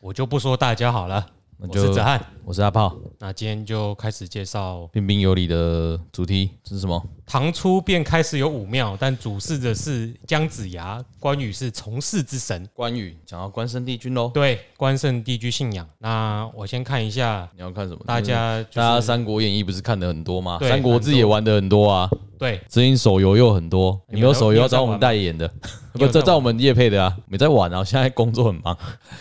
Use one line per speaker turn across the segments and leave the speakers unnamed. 我就不说大家好了，
那
我是
就
子翰。
我是阿炮，
那今天就开始介绍
彬彬有礼的主题这是什么？
唐初便开始有武庙，但主事的是姜子牙，关羽是从事之神。
关羽讲到关圣帝君喽。
对，关圣帝君信仰。那我先看一下
你要看什么？
大家、就是，
嗯大家《三国演义》不是看的很多吗？《
对
三国志》也玩的很多啊，
对
最近手游又很多。
你有
有没有手
你
游要
有在
找
玩
我们代言的？
你有
不，
在
这
玩
找我们业配的啊。没在玩啊，我现在工作很忙。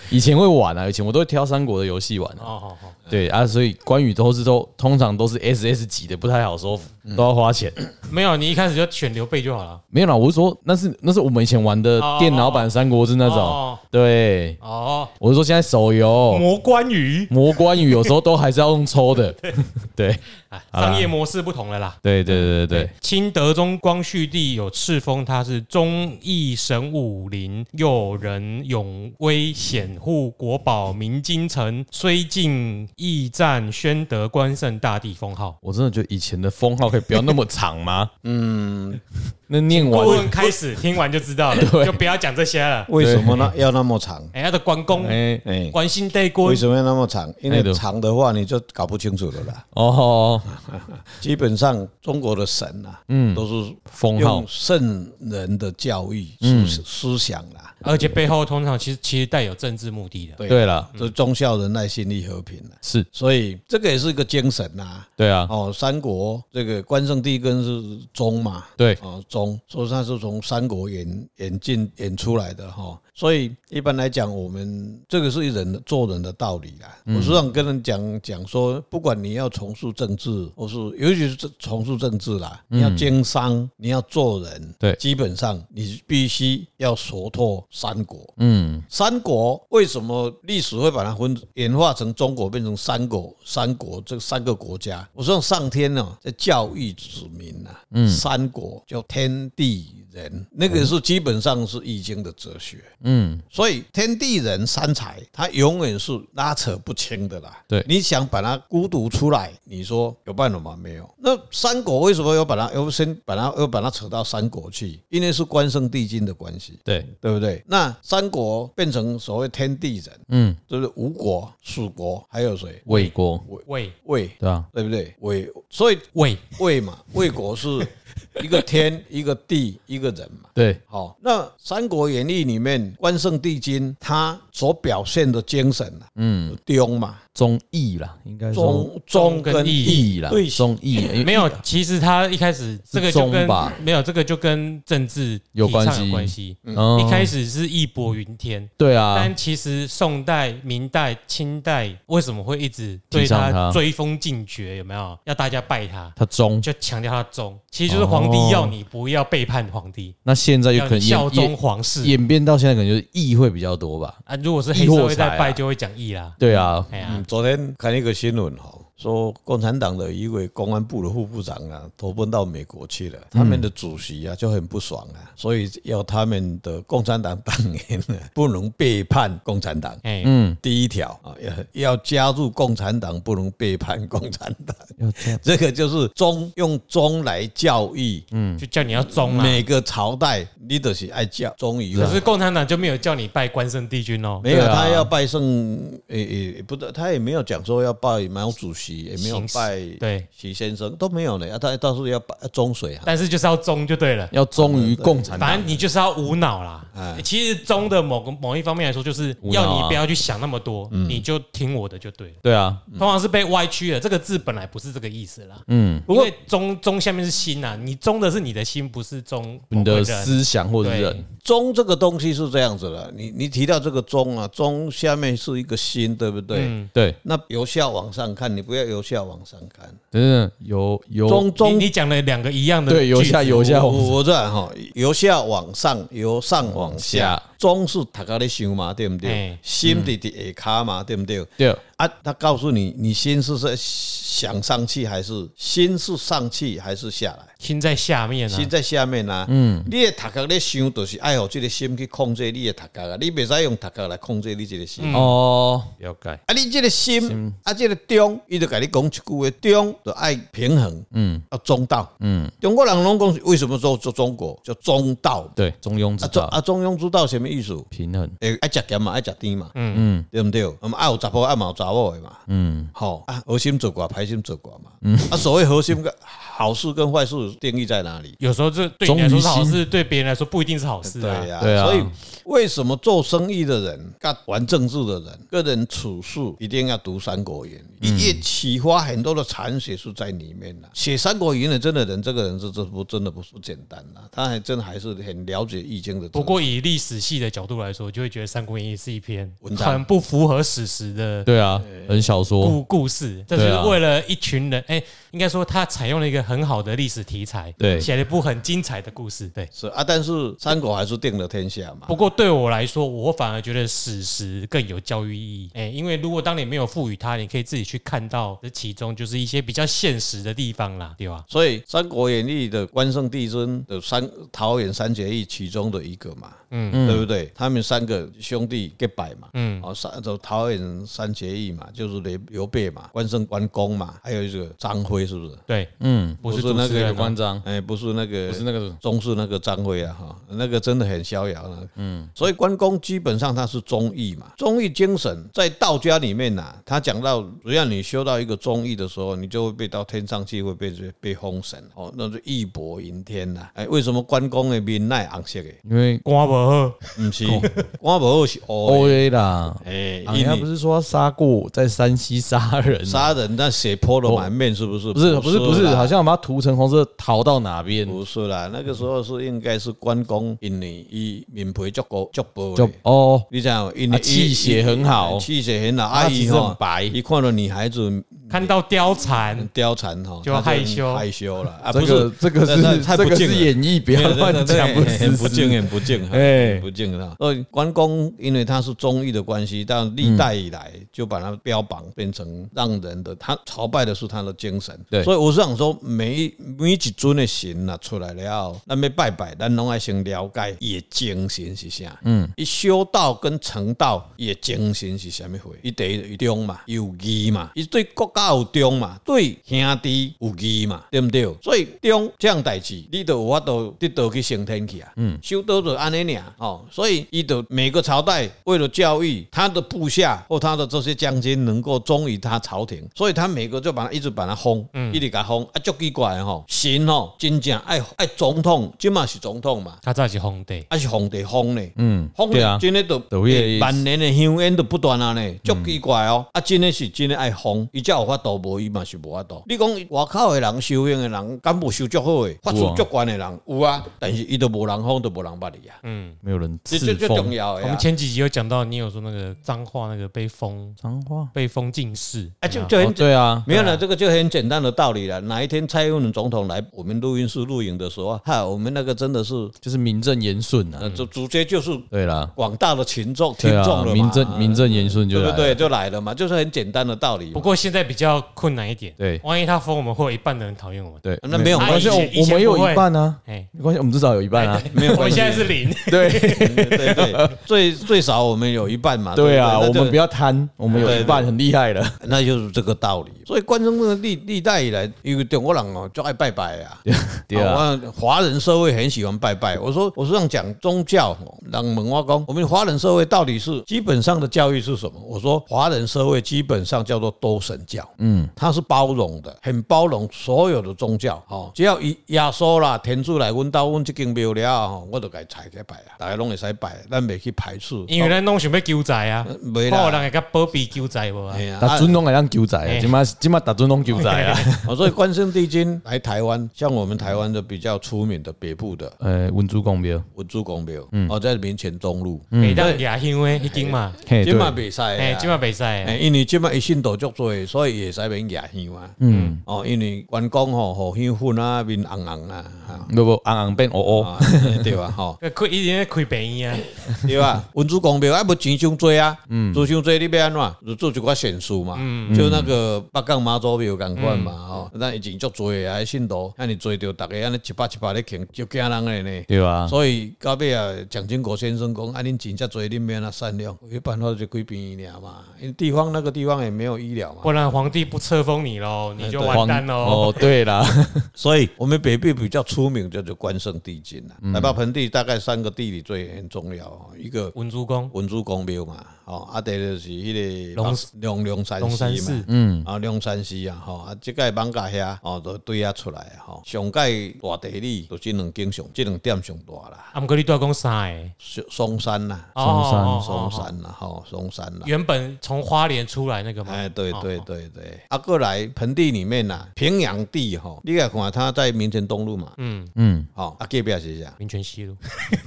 以前会玩啊，以前我都会挑三国的游戏玩啊。
哦，好好，
对啊，所以关羽都是都通常都是 SS 级的，不太好收服，都要花钱。
没有，你一开始就选刘备就好了。
没有啦，我是说那是那是我们以前玩的
哦
电脑版《三国志》那种。
哦
对，
哦，
我是说现在手游。
魔关羽
魔关羽有时候都还是要用抽 的，对
啊，
好啦
商业模式不同了啦。
对对对对对，
清德宗光绪帝有敕封他是忠义神武灵，佑人勇威，显护国宝明京城，虽晋驿站宣德关圣大帝封号。
我真的觉得以前的封号可以不要那么长吗？嗯，那念
顾
完
问开始听完就知道了，就不要讲这些了。
为什么呢？要那么长？
哎，他的关公
哎
哎，
关心帝
为
君，
什么要那么长？因
哎对
为长的话你就搞不清楚了啦。
哦
基本上中国的神啊，嗯，都是
封号嗯
用圣人的教育思思想啦，
而且背后通常其实其实带有政治目的的。
对
对了，
就忠孝仁爱信义和平啦。
是
所以这个也是一个精神呐。
对啊，
哦，三国这个关圣帝君是忠嘛，
对
哦，中，说它是从三国演演进演出来的哈、所以一般来讲，我们这个是人的做人的道理啦。我
嗯
时常跟人讲讲说，不管你要从事政治，或是尤其是从事政治啦，你要经商，你要做人，
嗯对
基本上你必须要熟透三国。
嗯
三国为什么历史会把它分演化成中国变成三国？三国这三个国家，我说上天呢、在教育子民呐、嗯，三国叫天地人，那个是基本上是易经的哲学，
嗯，
所以天地人三才，它永远是拉扯不清的啦。
对
你想把它孤独出来，你说有办法吗？没有。那三国为什么要把它又先把它又把它扯到三国去？因为是关圣帝君的关系。
对，
对不对？那三国变成所谓天地人，
嗯，
就是吴国、蜀国，还有谁？
魏国
魏
魏，
对啊，
对不对？魏，所以
魏
魏嘛， 魏国是一个 天、一个地、一个人嘛。
对
好，那《三国演义》里面关圣帝君他所表现的精神啊，嗯，忠嘛，
忠义啦，应该说
忠忠
跟
跟
义
义嗯啦
对，
忠义因为
没有，其实他一开始这个就跟
宗吧
没有这个就跟政治
有
提倡
关系
有关系。
嗯
一开始是义薄云天，
对啊
但，其实宋代、明代、清代为什么会一直对
提倡他嗯
他追封进爵？有没有要大家拜他？
他忠，
就强调他忠，其实就是皇帝要你不要背叛皇帝，
那现在就
要
哦可能
你效
演
忠
演
皇室
演变到现在可能就是义会比较多吧，
啊。如果是黑社
义或
会
财啊
在拜，就会讲义啦。
对啊，
哎呀
嗯，，昨天看一个新闻哈，说共产党的一位公安部的副部长啊，投奔到美国去了，他们的主席啊就很不爽啊，所以要他们的共产党党员呢、 不能背叛共产党。
哎，
嗯
第一条啊，要要加入共产党，不能背叛共产党。
要这样
这个就是忠，用忠来教育。嗯，
就叫你要忠啦。
每个朝代你都是爱教忠于
可是共产党就没有叫你拜关圣帝君哦，
没有，
对啊
他要拜圣，诶诶，不对，他也没有讲说要拜毛主席，也没有
行事
拜
对，
习先生都没有呢，啊他倒是要拜中水啊，
但是就是要忠就对了。
要忠于共产党，
反正你就是要无脑啦。其实忠的某个某一方面来说，就是
嗯无脑啊嗯
要你不要去想那么多，你就听我的就对了。
对啊，
通常是被歪曲了，这个字本来不是这个意思啦。
嗯。
因为忠忠下面是心呐、你忠的是你的心，不是忠
你
某个
的
人
思想或者是
对
人，
忠这个东西是这样子的，你你提到这个忠啊，忠下面是一个心，对不对？
对，
那由下往上看，你不要由下往上看，
等等，有有，
忠忠
你你讲了两个一样的
对，有
句子
下有下
我
往上，
我这样哈，由下往上，由上往
往
下
下，
忠是大家的想嘛，对不对
哎？
心伫伫下骹嘛，对不对？
对，
啊，他告诉你，你心是在想上去，还是心是上去，还是下来？
心在下面啊
心。在下面啊，嗯，你的头壳咧想，就是爱互这个心去控制你的头壳啊，你袂使用头壳来控制你这个心。
哦，了解，
啊，你这个嗯心啊，这个中，伊就甲你讲一句话，中就爱平衡，嗯，要中道，嗯，中国人拢讲是为什么说做中国叫中道？
对，中庸之
啊中
道，
啊中庸之道什么意思？
平衡，
诶，爱食咸嘛，爱食甜嘛，
嗯
对毋对？我们爱有查甫，啊爱嘛有查某的嘛，
嗯，
吼啊，核心做寡，排心做寡嘛。啊，所谓核心跟好事跟坏事定义在哪里？
有时候这对你来说
忠于
是好
心
事，对别人来说不一定是好事
对
啊。
呀、
对啊
所以为什么做生意的人、干玩政治的人，个人处事一定要读《三国演义》，
嗯
也启发很多的禅学术在里面了、写《三国演义》的真的人，这个人是这不真的不不简单了、他还真还是很了解《易经》的。
不过以历史系的角度来说，就会觉得《三国演义》是一篇
文章
很不符合史实的
对啊，很小说，
故故事，这
对啊
是为了一群人。哎，应该说他采用了一个很好的历史题材，
对
写了一部很精彩的故事，对。
是啊，但是三国还是定了天下嘛
不。过对我来说，我反而觉得史实更有教育意义。哎、因为如果当你没有赋予它，你可以自己去看到这其中就是一些比较现实的地方啦，对吧？
所以《三国演义》的关圣帝君的三桃园三结义其中的一个嘛，嗯，对不对？他们三个兄弟结拜嘛，嗯，哦，三就桃园三结义嘛，就是刘刘备嘛，关胜关公嘛，还有一个张飞，是不是？
对，
嗯，
不
不
是
是
主
那
持
个
人
有
啊
关张，
哎，不是那个，
不是那个
中式那个张飞啊，哈，那个真的很逍遥了。嗯，所以关公基本上他是忠义嘛，忠义精神在道家里面呐、他讲到只要你修到一个忠义的时候，你就会被到天上去，会被被封神哦，那就义薄云天呐、哎，为什么关公的面耐红色的？
因为
瓜不好，
不是， 我不好是黑
O
的，
A 啦，
哎，
人
因
家
为
哦不是说杀过在山西杀人，啊
杀人那血泼了满面，是不是？
不是不是不是，
啦
好像我们把它涂成红色，逃到哪边
不是啦，那个时候是应该是关公，因为伊面皮足高足薄的
就。哦，
你知道吗？因
啊
为
气血很好
气血很好，
他
阿
其
姨
实很
哈，
白
一看到女孩子
看到貂蝉，
貍蝉哈，
就
他
害羞
害羞了啊！
这
不
个
是
这个
那那
是
太
这个
不敬
是
了
演绎，不
不
要乱讲，不是
很不敬，
是
很不敬，
哎
很不敬的。所以关公因为他是忠义的关系，但历代以来就把他标榜变成让人的，他朝拜的是他的精神。
对
所以我是想说，每一每一尊的神啊出来了后，咱要拜拜，咱拢爱先了解伊的精神是啥。嗯，伊修道跟成道伊的精神是啥物货？伊第一有忠嘛，伊有义嘛，伊对国家有忠嘛，对兄弟有义嘛，对不对？所以忠这样代志，你都有法度得到去升天去啊。嗯，修道就安尼俩哦，所以伊就每个朝代为了教育他的部下或他的这些将军能够忠于他朝廷，所以他每个就把他一直把他封，一直给他封啊，足奇怪吼、哦，神哦，真正爱爱总统，即嘛是总统嘛。啊
他在一起红的，
还是皇帝封呢？
嗯
封
对啊
呢，真的都欸
就那个嗯
万年的香烟都不断啊呢，足奇怪哦！啊，真的是真的爱封，伊才有法度，无伊嘛是无法度。你讲外口的人修行的人，敢无修足好的，法术足悬的人有啊，但是伊都无人封，都无人捌伊啊，
没有人
这这
自
最
封
重要
我
的
们
啊。
前几集有讲到，你有说那个脏话那个被封
脏话，
被封进士，
啊，就就
哦
很
对啊，
没有了，这个就很简单的道理了。哪一天蔡英文总统来我们录音室录影的时候，哈，我们那个真的是，
就是名正言顺啊
呃，，就直接就是
对啦，
广大的群众听
对
众
啊
了，嘛，
名正名正言顺就
对
来
不
了
对？就来了嘛，就是很简单的道理嘛。
不过现在比较困难一点。
对
万一他封我们，会有一半的人讨厌我们。
对，
那没有
关系，
啊以前
我
以前不
我们有
会
一半啊，
哎，
没关系，我们至少有一哦半啊，
没有
我
关
们
系
现在是零，
对
嗯对对，最最少我们有一半 嘛。
对啊，
不
我们不
要，
要贪，我们有一半很厉害了，
那就是这个道理。所以关中这个历历代以来，因为中国人哦就爱拜拜啊，
对啊，
啊，我华人社会很喜欢拜拜。我说我是想讲宗教哦，让文化公，我们华人社会到底是基本上的教育是什么？我说华人社会基本上叫做多神教，嗯，它是包容的，很包容所有的宗教哦，只要以耶稣啦、天主来阮兜阮即间庙了吼，我就该采去拜啊，大家拢会使拜，咱袂去排斥，
因为咱拢想要救灾啊，
没啦
怕有人会甲保庇救灾无啊
哎？呀
打尊拢来当狗
哎
仔，今嘛今嘛打尊拢狗仔 啊，
啊，所以关圣帝君来台湾，像我们台湾的比较出名的北部的
呃，文珠公庙，
文殊公庙，哦，在民权东路，
每当亚香诶，迄间嘛，
嘿，对
今嘛比赛
哎，今，晚比赛，
啊哎，因为今嘛一信徒足多，所以也使免野香啊，嗯，哦，因为关公吼，吼香粉啊，面红红啊，啊
不不，红红变黑黑，
啊，对吧？吼，
开一定要开便宜啊，
对吧？文殊公庙啊，无钱伤多啊，做伤多你要安怎？就做一寡善事嘛，就那个北港妈祖庙共款嘛，吼，咱钱足多啊，那信徒，安尼做着，逐个安尼一百一百咧扛，就惊人诶呢。
对吧？
所以到尾啊，蒋经国先生讲，啊，恁钱遮多，恁免啊善良，有办法就开病院嘛。因为地方那个地方也没有医疗嘛，
不然黄皇帝不册封你喽，你就
对
完蛋喽。
哦，对啦，
所以嗯我们北壁比较出名的就关圣帝君了、来吧，盆地大概三个地理最很重要哦，一个
文殊公、
文殊公庙嘛，哦，啊，第二就是迄、
龙
个龙龙山
龙山
寺嘛
寺。，
嗯，
啊，龙山寺啊，吼啊，即个艋舺遐，哦，都对遐出来，啊吼，上界大地理就即两景上，即两点上大啦，
阿姆格利都要讲啥？哎，
松松山啦，
哦
山
哦哦
松
哦
山啦，吼，松山啦，
原本从花莲出来那个嘛，
哎，对对
哦，
对对，啊，过来盆地里面呐，平阳地吼，你来看它在民权东路嘛，
嗯，
吼，啊，隔壁是啥？
民权西路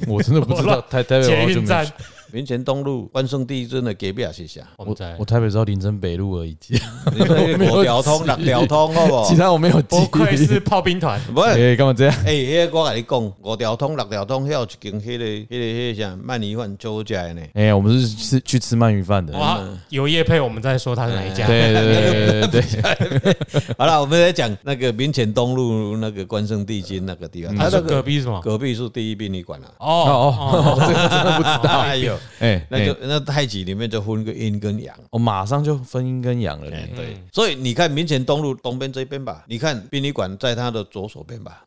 我真的不知道台台哎北
捷
我好久
运
没
站
去，，
民权东路关圣帝君的隔壁 是啥？
我们
我
在
我，台北知道林森北路而已，
你说
没有
五条通、六条通，好不好？
其他我没有记
不愧是炮兵团，
不是，
哎，干嘛这样？
哎、迄个我甲你讲，五条通、六条通，遐有一间迄、个、迄、个、迄、个啥鳗鱼饭，超好食的呢。
哎，我们是吃去吃鳗鱼饭的。
哇，有叶配我们在说他是哪一家？
对对对对对 对，
好了，我们来讲那个民权东路那个关圣帝君那个地方，
他
它嗯那
说隔
个
壁是什么？
隔壁是第一殡仪馆啊。
哦哦，这个真的不知道
哎呦，
哎，
那
哎
就那太极里面就分个阴跟阳。啊
我马上就分阴跟阳了呢。
对，所以你看民权东路东边这边吧，你看殡仪馆在它的左手边吧，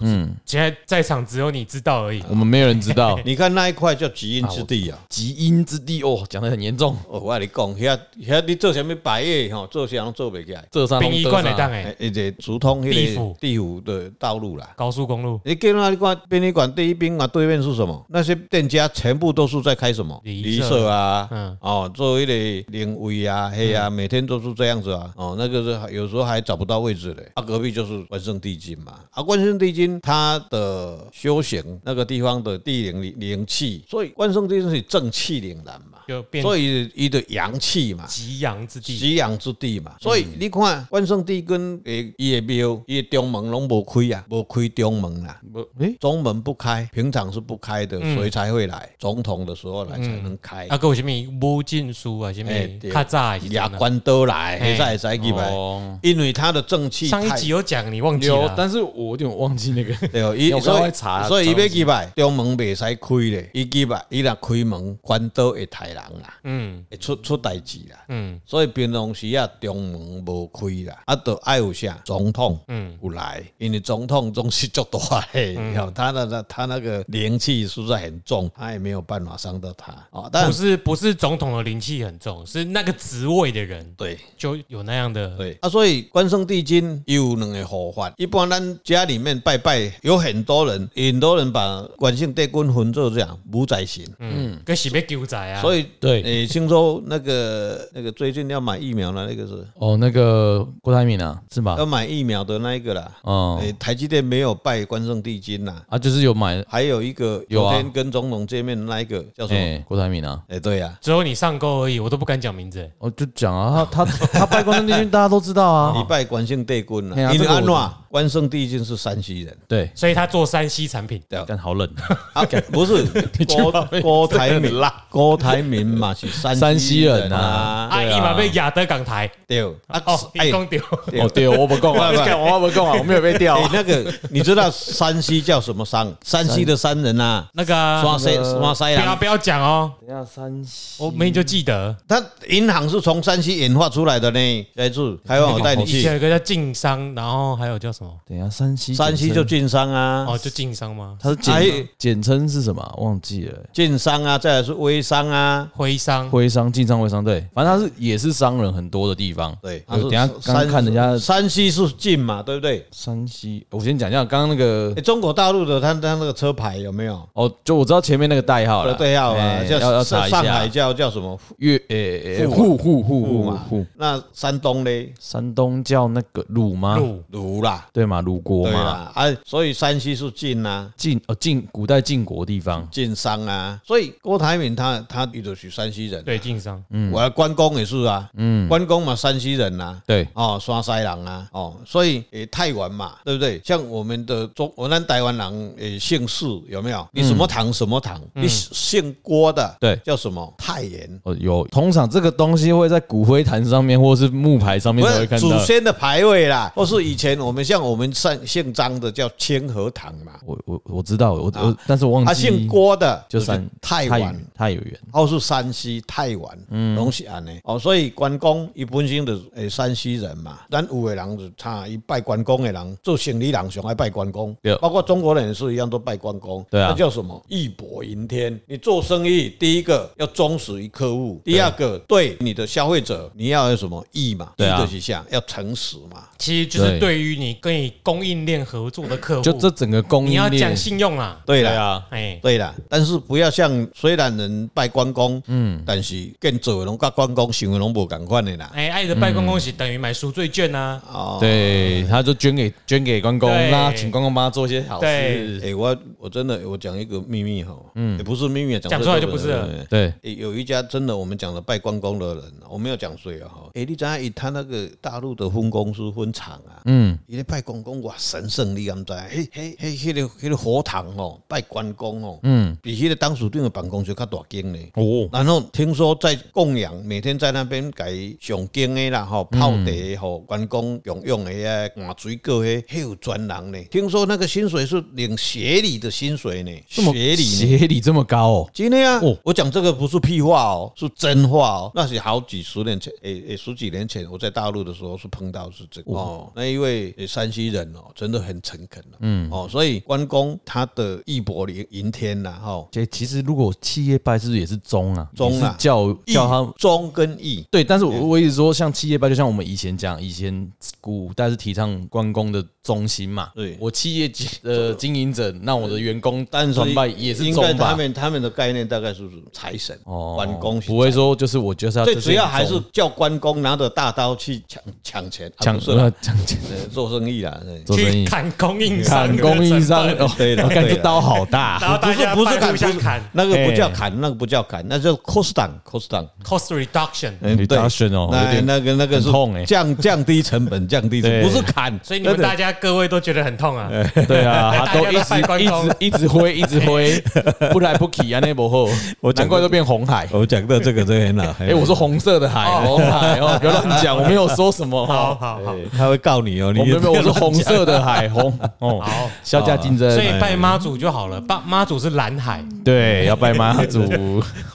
现在在场只有你知道而已。
我们没有人知道
你看那一块叫极阴之地啊。
极阴之地哦，讲的很严重。
哦，我跟你讲，遐遐你做啥物白夜吼，做啥拢做袂起来，
这山
殡
东
仪
这
馆
山
的当
哎
哎，，
一个直通
地
迄
府
个地府的道路啦。
高速公路
你跟那看殡仪馆第一殡啊，对面是什么？那些店家全部都是在开什么
礼仪
礼
社
社啊，
嗯
哦，做一类灵位啊、黑啊，每天都是这样子啊，哦，那个是有时候还找不到位置嘞。啊，隔壁就是关圣帝君嘛，啊，关圣帝君他的修行那个地方的地灵灵气，所以关圣帝君是正气凛然嘛，
就变
所以一的阳气嘛，
极阳之地，
夕阳之地
嗯
嘛，所以你看关圣帝君的伊的庙，伊的中门拢无开啊，无开中门啦，
诶
中门不开，平常是不开的，所以才会来，总统的时候来才能开，
嗯啊，跟我前面无禁书啊，前
哎
面
对
卡扎也是
牙
真的。
关都来，
嘿
黑塞塞进来，
哦，
因为他的正气
上一
太
集有讲，你忘记
有
了，啊？
但是我有点忘记那个。
对哦，伊
我刚
所
刚在
以
查
所以
找
伊
东
要
西
入来，中门袂使开咧，伊入来，伊若开门，关刀会杀人啦，
嗯
会出出代志啦。
嗯
所以平常时啊，中门无开啦，啊，都爱有啥总统
嗯，
有来，因为总统总是做大嘿，然他那那他那个灵气实在很重，他也没有办法伤到他哦。但
不是不是总统的灵气很重，是那个职位的人
对
就有那样的
对啊，所以关圣帝君有两个护法，一般咱家里面拜拜有很多人，很多人把关圣帝君分作这样五仔神，
嗯，跟洗被丢仔啊，
所以
对
诶，听说那个那个最近要买疫苗了，那个是
哦，那个郭台铭啊，是吧
要？买疫苗的那一个啦。
哦
诶，台积电没有拜关圣帝君呐，
啊，就是有买
还有一个
有
昨
啊
天跟总统见面的那一个叫什么？
哎郭台铭啊。
哎，对呀。
只有你上钩而已，我都不敢讲名字。
哦，就讲啊，他他 他拜关圣帝君，大家都知道
礼
啊。
拜关圣帝君
嘿啊
啦，因为
这个我
安
知
怎关圣帝君是山西人
对，
所以他做山西产品，
但好冷。
啊， 不是郭郭台铭郭台铭嘛是山
山
西
西人
人
啊
啊，
啊，伊嘛被亚德港台，
对啊
哦，，
哎
一，公丢，
对
哦，对， 我不供啊，
不不
我不供啊，我没有被调啊。
哎那个你知道山西叫什么山？山西的山人啊，
那个啊
刷塞刷塞啊
不要
人，
不要讲哦，
等一下山西，
我明明就记得
他银行是从山西演化出来的呢。来自开完我带你
哦
以前
去，
有一个叫晋商，然后还有叫什么？
等一下山西，
山西就晋商啊，
哦，就晋商吗？
它是
哎
简简称是什么啊？忘记了。
晋商啊，再来是微商啊，
徽商，
徽商、晋商、徽商，对，反正它是也是商人很多的地方。
对，
我等一下刚刚看人家
山西是晋嘛，对不对？
山西，我先讲一下刚刚那个
欸、中国大陆的他他那个车牌有没有？
哦，就我知道前面那个代号了，
对号啊，
哎要
叫
要查
上
一
上海
下。
叫叫什么户
粤诶，
户
户户户户
户嘛
户，？
那山东嘞，
山东叫那个鲁吗？
路
鲁啦，
对嘛，鲁国
对
嘛，
啦，啊，所以山西是晋啊，
晋哦晋古代晋国地方，
晋商啊，所以郭台铭他他也就是山西人、啊，
对晋商，
我的关公也是啊，嗯，关公嘛山西人呐、
对，
哦，山西人啊，哦，所以诶，太原嘛，对不对？像我们的中，我们台湾人诶，姓氏有没有？你什么堂什么堂？你姓郭的，
嗯对
叫什么太原？
哦有。通常这个东西会在骨灰坛上面或是木牌上面
不
才会
是
看
祖
到。
先的牌位啦，或是以前我们像像我们姓姓张的叫清河堂嘛，
我我我知道，我我，但是我忘
啊，
记
姓郭的
就是三
太
太
原，
原太原，
或是山西太
嗯
原，拢是安尼。哦，所以关公伊本身就是诶山西人嘛，咱有的人就差伊拜关公的人，做生意人上爱拜关公
对，
包括中国人也是一样都拜关公。
对啊
那叫什么？义薄云天。你做生意，第一个要忠实于客户，第二个对你的消费者，你要有什么义嘛？义
对啊
就是像要诚实嘛。
其实就是
对
对于你跟你供应链合作的客户，
就这整个供
哦你
应
要
链
讲，信用啦，
对啦，
啊，
哎，
对啦，但是不要像虽然人拜关公，嗯，但是建造的拢甲关公想的拢无共款的啦。
哎，爱的拜公公喜等于买赎罪券啊，
哦，
对，他就捐给捐给关公，
对
那请关公帮他做一些好
对
事，
哎、我我真的我讲一个秘密哈，嗯，也不是秘密，
讲出来就不是了
对对对
对，
诶有一家真的我们讲的拜关公的人，我没有讲谁啊哈。诶、你知道他那个大陆的分公司分厂啊，嗯，伊咧拜关公哇神圣，你敢知道？嘿嘿嘿，迄、那个迄、那个佛堂哦，拜关公哦，嗯，比迄个当属长的办公室较大间呢。
哦，
然后听说在供养，每天在那边给上经的啦，吼
嗯
泡茶吼，关公共用的啊，换水果的，还有专人呢。听说那个薪水是领学理的薪水呢，
这么
学理呢。
协理这么高哦，
今天啊
哦，
我讲这个不是屁话哦，是真话哦。那是好几十年前，诶诶，十几年前我在大陆的时候是碰到是这个哦。那一位诶山西人哦，真的很诚恳嗯哦，所以关公他的义薄云云天呐，哈，
这其实如果企业拜是不是也是忠啊？
忠啊
也是叫叫他。
忠跟义，
对，但是我我一直说，像企业拜，就像我们以前讲，以前古代是提倡关公的忠心嘛。
对
我企业经呃经营者，那我的员工
但是
崇拜也是
应该
忠
他
吧？
们他们的概念大概是财神、
哦
关公是财，
不会说就是我就是要
最
就是
主要还是
忠
叫关公拿着大刀去抢抢钱，啊
抢
不是啦
呃抢 抢
呃做生意啦。对
做生
去
意，
砍供应商，
砍供应商
成本
哦，
对了
我看
对
这
了
刀好大，
然后啊
不
大
是
家
不是
拜互
砍，不
相
是
砍
那个不
哎
叫砍，那个不叫砍，那叫 cost down，cost down。
cost reduction，
嗯对
Reduction 哦有
那
点
那个那个
很
是
痛欸
降降低成 本，降低成本，
对
不是砍，
所以你们
真的
大家各位都觉得很痛啊，
对啊，
大家
他都
都
一
拜关
直一
公
直一直挥，一直 挥，不来不去啊，那不后，
我讲
难怪都变红海。
哦
我讲到这个真的很 好。
哎，我说红色的海，红海哦，不要乱讲，我没有说什么
好
哦。
好好。
哎他会告你哦，你
我没有，没有我 说
说
红色的海，红 哦
好，
削价竞
所
争，哎
以拜妈祖就好了，爸妈祖是蓝海，
对，要拜妈 祖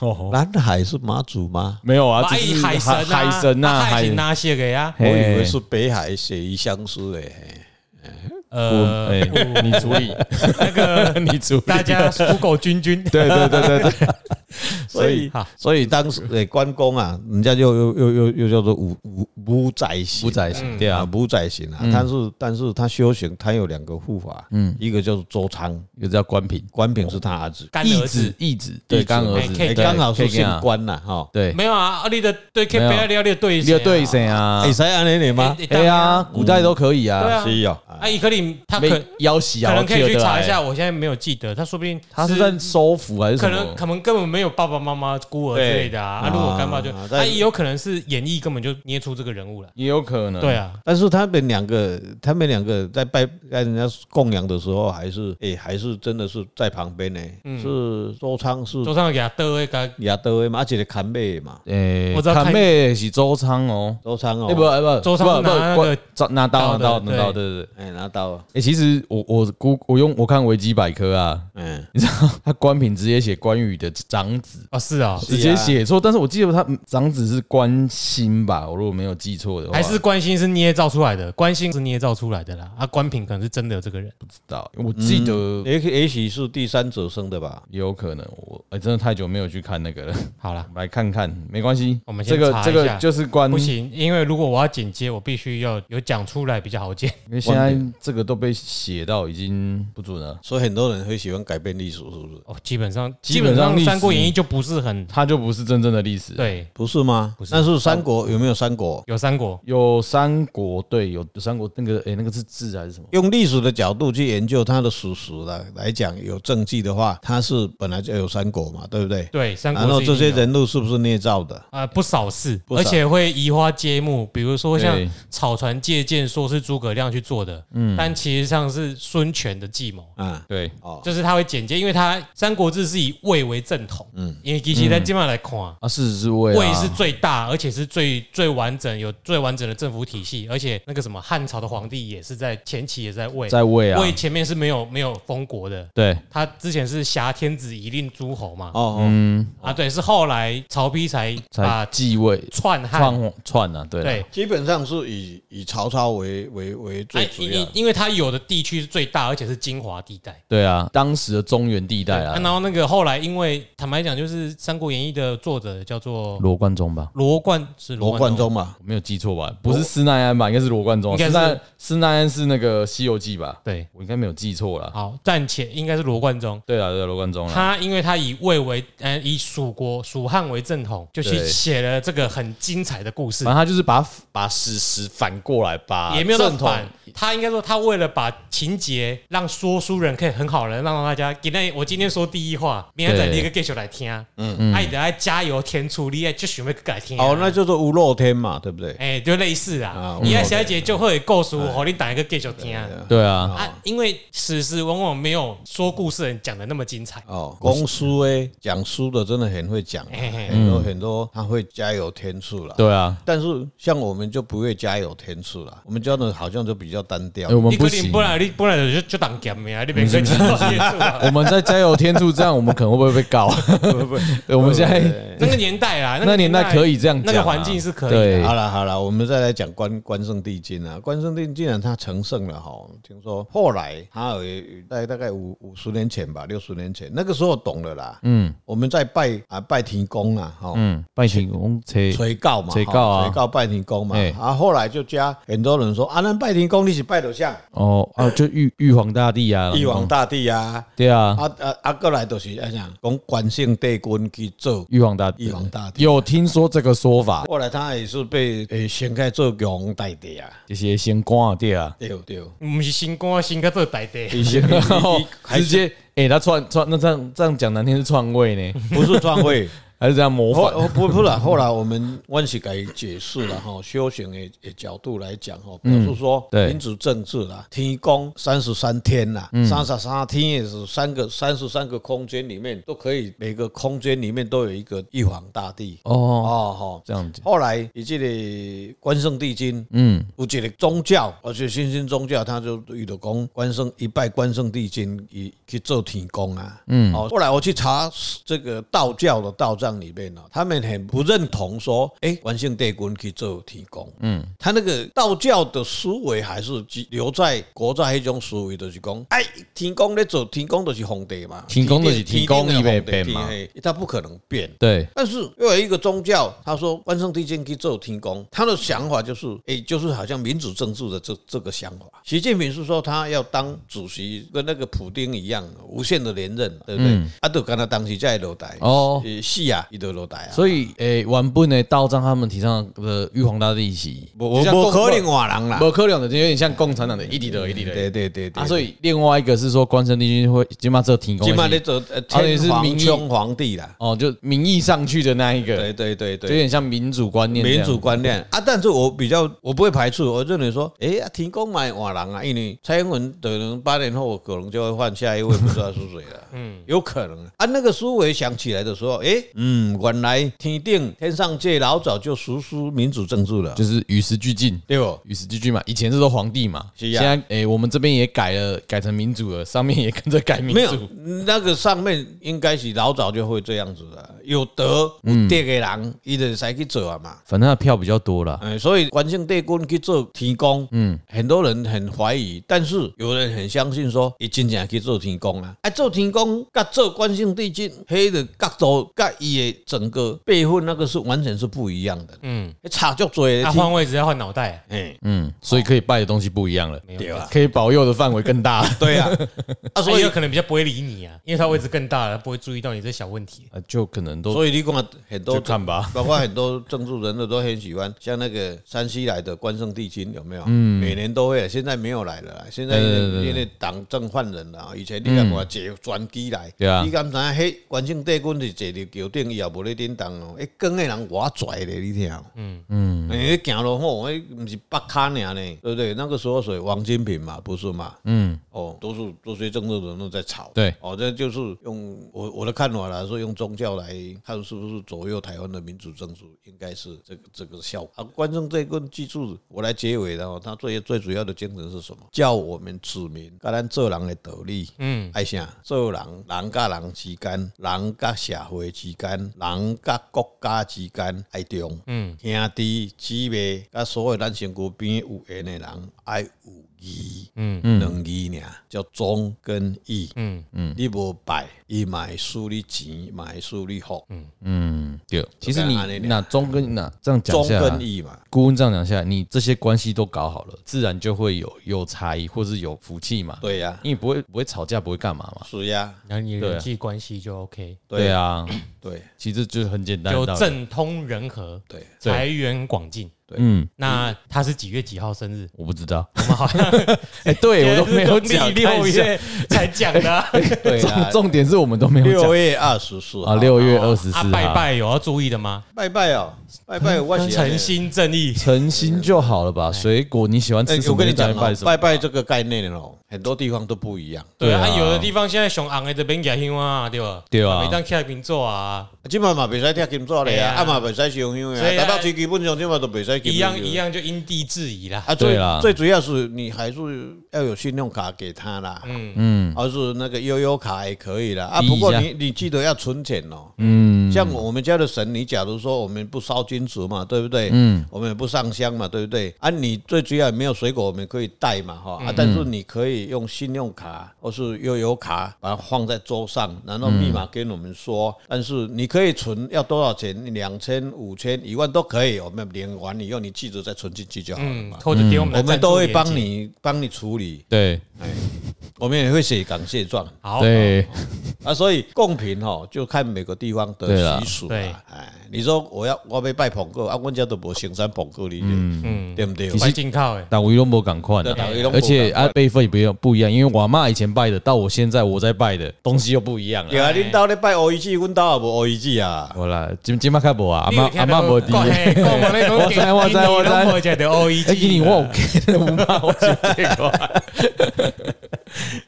哦，
南海是马祖吗？
没有啊，
拜
只是
海神啊，
海神呐，
啊海
海
神那些个呀，
我
嘿
以为是北海写意相思欸嘞。嘿
呃
我，哎，你处理，
那个
你处理，
大家属狗君君，
对对对对对，
所以
好，
所以当时诶、关公啊，人家就又又又又叫做五五五宰行，
五仔行，对
啊，
啊，
五宰行啊。但是但是他修行，他有两个护法，嗯，一个叫做周仓，
又叫官品，
关平是他儿子，
干
义
儿
子
子，
义子，对，干儿子，
哎
诶
对
刚好
可
是
以这
姓
样
关呐，哈，
啊对，
没有啊，啊你的对 K
没有
P I 要的对
你有对谁啊？
哎，谁安尼你吗？
哎
哎呀，古代都可以
对
啊，
啊
是哦，
啊，伊可能他可
被
可
要挟啊，
能可以去查一
我记得
下，
哎，
我现在没有记得，他说不定
他是在收服还是
可
什
能
么？
可能根本没有爸爸妈妈、孤儿之类的啊。啊
对
如果干爸就，
啊
他也有可能是演绎根本就捏出这个人物来。
也有可能，
对，啊，
但是他们两个，他们两个在拜在人家供养的时候，还是哎、还是真的是在旁边呢、是周仓是
桌上给他哎的一个
亚德威嘛，而且砍背嘛，
诶
我，知道
看
看
妹是周仓哦，
周仓哦，
哎不哎不，
周仓
不
是
不
拿那
关
个
找拿刀拿
刀
刀
的
拿刀，对对对。
哎、拿刀啊，
哎，其实我我估我用我看维基百科啊，
嗯、
他官品直接写关羽的长子，
哦，是啊，
直接写错，但是我记得他长子是关兴吧，我如果没有记错的话，
还是关心是捏造出来的，关心是捏造出来的啦。啊，关平可能是真的有这个人，
不知道，我记得
嗯
也也许是第三者生的吧。
也有可能，我哎、真的太久没有去看那个了，
好啦
我，们来看看，没关系，
我们先
这个
查一下
这个就是关，
不行，因为如果我要剪接，我必须要有讲出来比较好剪。
因为现在这个都被写到已经不准了，
所以很多人会喜欢改变历史，是不是？
哦，基本上
基本上
基
历史
《三国演义》就不是很
它就不是真正的历史。，
对，
不是吗？但是三国有没有三国？
有三国
有三国，对，有有三国那个哎、那个是字还是什么？
用历史的角度去研究它的史实来来讲，有证据的话，它是本来就有三国嘛，对不对？
对三国
然后
是一定
这些
有
人物是不是捏造的？
啊，不少事，
不少
而且会移花接木，比如说像
对
草船借箭，说是诸葛亮去做的，但其实上是孙权的计谋。
啊，
对，
哦，
就是他会剪接，因为他《三国志》是以魏为正统，嗯，因因为其实咱今晚来看，
啊，是是魏
魏
啊，
是最大，而且是最最完整，有最完整的政府体系，而且那个什么汉朝的皇帝也是在前期也是在魏，
在魏啊，
魏啊前面是没有没有封国的，
对，
他之前是挟天子以令诸侯嘛，
哦，哦
嗯，
啊对，是后来曹丕才
才
把
继位
篡汉，
篡篡啊，对啦，
对，
基本上是以以曹操为为为最
哎
主
因
要
因。因为他有的地区是最大，而且是精华地带。
对啊，当时的中原地带
啊
啊，
然后那个后来，因为坦白讲，就是《三国演义》的作者叫做
罗贯中吧。
罗贯，是
罗贯，中嘛，
我没有记错吧？不是施耐庵吧？应该是罗贯中。啊
应该是
施耐施耐庵是那个《西游记》吧？
对，
我应该没有记错啦。
好，暂且应该是罗贯中。
对啊，对啊，罗贯中啦。
他因为他以魏为，呃，以蜀国蜀汉为正统，就去
对
写了这个很精彩的故事
反正，他就是把把史实反过来，把
也没有到
正统
反。他应该说，他为了把情节让说书人可以很好的让大家，今天我今天说第一话，明天再
对
你个 get 来听，嗯，爱的爱加油添醋，你爱哎就想要再来听啊。
哦，那就是屋漏天嘛，对不对？
哎、就类似啊
啊，
嗯
你爱小姐就会告诉我，你打一个 get 就听啊。
对啊，
啊，因为史实往往没有说故事人讲的那么精彩。
哦，公书诶，讲书的真的很会讲，啊
嘿嘿
很多很多他会加油添醋啦。
嗯对啊。
但是像我们就不会加油添醋啦，我们教的好像就比较单调
哎，。我们
你
不
可
行
能，本来你本来就就当咸的啊，你别跟讲 啊
我们在加油添醋，这样我们可能 会不会被告？ 对我们现在
那个年代啦，
那个年代可以这样
那
讲啊，
个环境是可以的
对
好了好了，我们再来讲关关圣帝君啊，关圣帝君然他成圣了哈，听说后来他有在大概五五十年前吧，六十年前那个时候懂了啦。嗯，我们在拜啊拜天公啊，哈，
嗯，拜请公车，
垂告嘛，
垂告啊
哈垂告拜天公嘛
哎，
啊，后来就加很多人说啊，那拜天公你是拜头像
哦啊，就玉 玉皇大帝啊，
玉皇大帝啊，
对啊，
啊啊啊，过来就是安讲讲关圣帝君去做
玉皇大帝
玉，皇大帝，
有听说这个说法，
后来他也是被诶掀开做玉皇大帝啊，
这些先官对啊，
对 对，
不是新官新啊哥做代的，
以前还
哦直接哎，他篡篡那这样这样讲难听是篡位呢，
不是篡 位，
还是这样模
后
仿？
哦不不了，后来我们温是给解释了哈，修行的的角度来讲哈，表示说
嗯对嗯
民主政治啦，天宫三十三天啦，三十三天也是三个三十三个空间里面都可以，每个空间里面都有一个玉皇大帝
哦，
哦
这样子
哈。，后来以这个关圣帝君，
嗯，
有一个宗教，而且新兴宗教，他就遇到讲关圣一拜关圣帝君，以去做天公啊。嗯，哦，后来我去查这个道教的道藏里面呢、哦他们很不认同说，哎、关圣帝君去做天公。嗯，他那个道教的思维还是留在国在迄种思维，就是讲，哎，天公咧做天公就是皇帝嘛，
天公就是天公
天
伊
顶的
袂
皇帝
变嘛
天嘿他不可能变。
对，
但是又有一个宗教，他说关圣帝君去做天公，他的想法就是，诶，就是好像民主政治的这这个想法。习近平是说他要当主席，跟那个普丁一样，无限的连任，对不对？啊，就跟他当时在落台，
嗯哦
诶，是啊，伊就落台啊。
所以哎诶，原本的道藏他们提倡的玉皇大帝是，
我我
就像共
我可能换人啦，
不可能的，就有点像共产党的一滴的一滴的
对对对对。
啊。所以另外一个是说，关圣帝君会今嘛这提供，
今嘛你做呃天
是民
皇
意
兄皇帝啦，
哦，就名义上去的那一个，
对对对
就
对
有。点像民主观念这样，
民主观念啊，但是我比较我不会排斥，我认为说，哎、啊停工买瓦郎啊，因为蔡英文可能八年后可能就会换下一位，不知道是谁 了，嗯，有可能啊。那个苏维想起来的时候，哎、嗯，原来天定天上界老早就实施民主政治了，
就是与时俱进。
对不？
与时俱进嘛，以前是都皇帝嘛，
是
现
啊
在诶、我们这边也改了，改成民主了，上面也跟着改民
没有
主。，
那个上面应该是老早就会这样子的，有德
嗯
有德的人，伊就使去做啊嘛。
反正他票比较多啦，
哎，所以关圣帝君去做天公，嗯，很多人很怀疑，但是有人很相信说，伊真正去做天公啊！啊，做天公甲做关圣帝君，迄个角度甲伊的整个辈分那个是完全是不一样的，嗯，差足多的
他
天。
换位置要换脑袋，
哎，
嗯，所以可以拜的东西不一样了，
对啊，
可以保佑的范围更大。
对啊，啊，
所
所
以
以
有可能比较不会理你啊，因为他位置更大了，不会注意到你这小问题。
啊就可能都
所以你看很多
就看吧，
包括很多政治人物都很喜欢，像那个山西来的关圣帝君有没有？嗯，每年都会，现在没有来了啦。现在因为因为党政换人了啊，以前你看我解转机来，
对啊
你敢知道那迄关圣帝君是坐伫桥顶，伊也无咧点动哦。迄光诶人偌拽咧，你听有？嗯嗯，你行路吼，迄毋是北卡尔呢，对不对？那个时候是王金平嘛，不是嘛？
嗯，
哦，都是都是政治人物在吵。
对
哦，这就是用我我的看法来说，用宗教来看是不是左右台湾的民主政治，应该是这个这个效果。啊，关政这一棍记住，我来结尾然后他最最主要的精神是什么？叫我们子民，甲咱做人的道理。
嗯，
爱啥？做人，人甲人之间，人甲社会之间，人甲国家之间爱中。嗯，兄弟姊妹，甲所有咱身躯边有缘的人爱有义。嗯嗯，两义尔叫忠跟义。嗯嗯，你无拜，伊嘛会输你钱，嘛会输你福。嗯，
嗯，对。其实
就这样这
你
样
那中跟那这样讲
忠
下
跟
来，
义嘛。
顾问这样讲下来，你这些关系都搞好了，自然就会有有差异，或是有福气嘛。
对呀、
因为不会不会吵架，不会干嘛嘛。
是啊呀、
然后你
对
人际关系就 OK，
对
对
啊，
对
其实就是很简单
就
的道理。
政通人和，
对，
对
财源广进。
嗯，
那他是几月几号生日？
我不知道。哎，对我都没有讲，
六
看一下
月才讲的 啊。
对
重
啦
重点是我们都没有
六
讲
月二十四
啊，
号
六月二十四
啊，
号，
拜拜有要注意的吗？
拜拜哦，拜拜，我是
诚心正义，
诚心就好了吧？水果你喜欢
哎、
吃什
我
么
跟
就
你
拜
讲、
拜
哦，
什么
拜。拜这个概念哦，很多地方都不一样。
对啊，
对啊
有的地方现在熊昂的这边假香啊，对吧？
对啊
每当起来平做啊，
即嘛嘛袂使听金纸
嘿
咧
啊
啊，啊嘛袂使烧香
所以
诶，
啊
台北市基本上即嘛都袂使
一样一
样。
样就因地制宜啦。
啊，
对
最
啦
最主要是你还是要有信用卡给他啦，嗯嗯，而是那个悠悠卡也可以啦。啊，
提一下
不过你你记得要存钱哦，
嗯，
像我们家的神，你假如说我们不烧金纸嘛，对不对？嗯，我们也不上香嘛，对不对？啊，你最主要没有水果，我们可以带嘛，哈
嗯
啊，但是你可以用信用卡或是悠游卡把它放在桌上，然后密码跟我们说。但是你可以存要多少钱，两千、五千、一万都可以，我们领完以后你记得再存进去就好了
嗯
嘛。，
或者给我们的
我们
赞助
都会
连
帮
结。
你帮你处理，
对
我们也会写感谢状。
好，
对，
啊，所以贡品吼，就看每个地方
对啦
的习俗
对
啦。哎，你说我要我要拜捧过啊，阮家都无生产捧过你，嗯，对不对？
快进靠哎，
打乌龙波赶快
对打乌
啊，
龙波
而且
赶快
啊辈分也不一样不一样，因为我妈以前拜的，到我现在我在拜的东西又不一样
对
了。
啊，恁兜咧拜乌鱼子，阮兜也无乌鱼子啊。
好啦，今今麦开播啊，阿妈阿妈无滴。我
我
知我知我知
我觉得 O E
哎，今
G，
年我有给我妈我就
E
这个。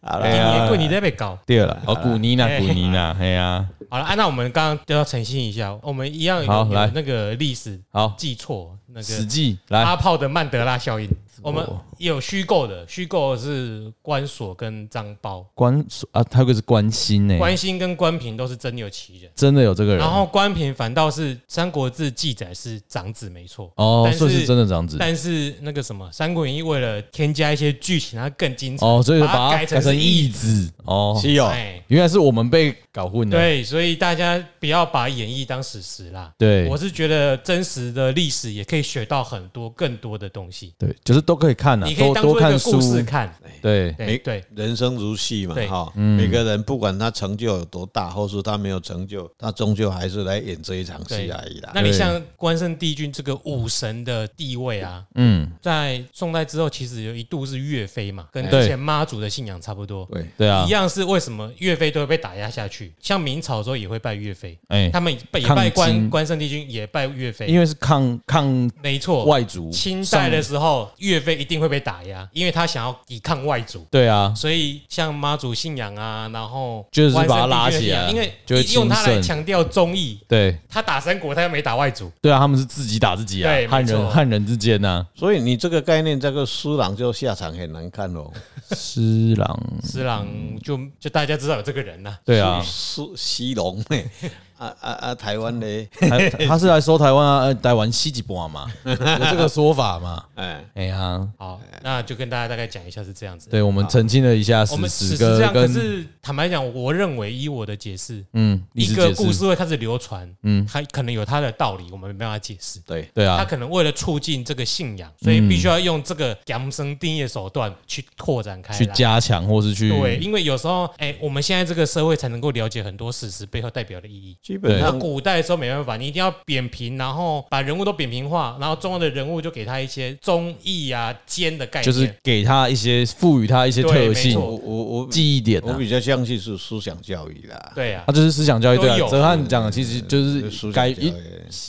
好
哎今
啦，
年过年在被搞。
对了，哦，古尼娜
哎
古尼娜，嘿呀，
好了、啊，那我们刚刚都要澄清一下，我们一样有
好
有
来
那个历史
好，
记错那
史
个
记来
阿炮的曼德拉效应，我们有虚构的，虚构的是关索跟张苞，
关啊，他有个是关心呢，
关心跟关平都是真有其人。
真的有这个人
然后关平反倒是《三国志》记载是长子没错，
哦，
但是
所以是真的长子
但是那个什么《三国演义》为了添加一些剧情，它更精彩
哦，所以
把它
把它
改成
改成
是
义
义
子哦，
是哦，
哎，
原来是我们被搞混了。
对，所以大家不要把演绎当史实啦。
对
我是觉得真实的历史也可以学到很多更多的东西，
对，就是都可以看啊
你，可以
多
当做
多
一个
看
故
书，哎
事看。
对啊
对哎对，
人生如戏嘛
对，
哈，每个人不管他成就有多大，或是他没有成就，他终究还是来演这一场戏
对
而
啊
已啦。
那你像关圣帝君这个武神的地位啊，
嗯，哎
在宋代之后其实有一度是岳飞嘛，跟
对
之前妈祖的信仰差不多。
对，
对啊
一，样是为什么岳飞都会被打压下去？像明朝的时候也会拜岳飞，
哎，
他们也
抗
拜关
金
关圣帝君，也拜岳飞。
因为是抗抗
没错，
外族，
清代的时候，岳飞一定会被打压，因为他想要抵抗外族。
对啊，
所以像妈祖信仰啊，然后
就是
关圣
把它拉
帝君的
起
信
来
仰因为
就会嗯
用它
亲
来
圣
强调忠义。
对
他打三国，他又没打外族，
对啊，他们是自己打自己啊
对，没
汉人
错
汉人之间啊呐，
所以你这个概念，这个施琅就下场很难看哦。
施琅，
施琅就就大家知道有这个人呐、
对啊，
施西龙呢？ 啊啊啊！台湾 嘞，
他 他是来收台湾啊，呃台湾西几波嘛，有这个说法 嘛，
哎，
哎呀，
好，那就跟大家大概讲一下是这样子。
对我们澄清了一下
我们只
史实
是这
跟
样，可
跟
是坦白讲，我认为以我的解释，
嗯历
一
史
个
解
故
释，
事会开始流传，嗯，它可能有它的道理，我们没办法解释。
对，
对
他
啊，嗯
可能为了促进这个信仰，所以必须要用这个扬声定义的手段去拓展开来。
去加嗯强或是去
对，因为有时候，哎、我们现在这个社会才能够了解很多史实背后代表的意义。
嗯
基本
那
上
古代的时候没办法，你一定要扁平，然后把人物都扁平化，然后重要的人物就给他一些忠义啊、奸的概念。
就是给他一些赋予他一些
对
特
没
性
错
我我我
记忆点
我
啊。
比较相信是思想教育啦。
对呀、
啊，就是思想教育对
都有
啊。哲汉讲的其实就
就是思
是
想
该
教
一
育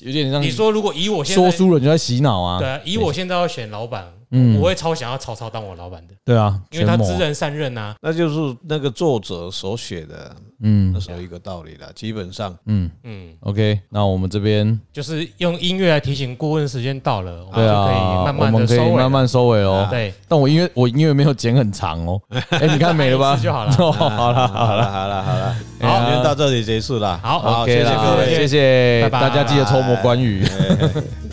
有点像
你说如果以我现在
说书人就在洗脑啊。
对啊，以我现在要选老板，我会超想要曹操当我老板的，
对啊，
因为他
权谋
知人善任啊。
那就是那个作者所写的，
嗯
那是有一个道理啦。基本上，
嗯
嗯，
，OK，那我们这边
就是用音乐来提醒顾问时间到了，我们
对
就可
啊
以，慢
我
慢
们
的
可以
收尾了。
慢慢收尾喽。
对，
但我音乐我音乐没有剪很长 哦。哎，你看没了吧？
一次就好了
哦好了好
好
了，
了好了好了，
好
今天到这里结束了。
好
好，
OK
谢谢
啦
各位。
谢谢
拜拜
大家，记得抽魔关羽。
哎哎哎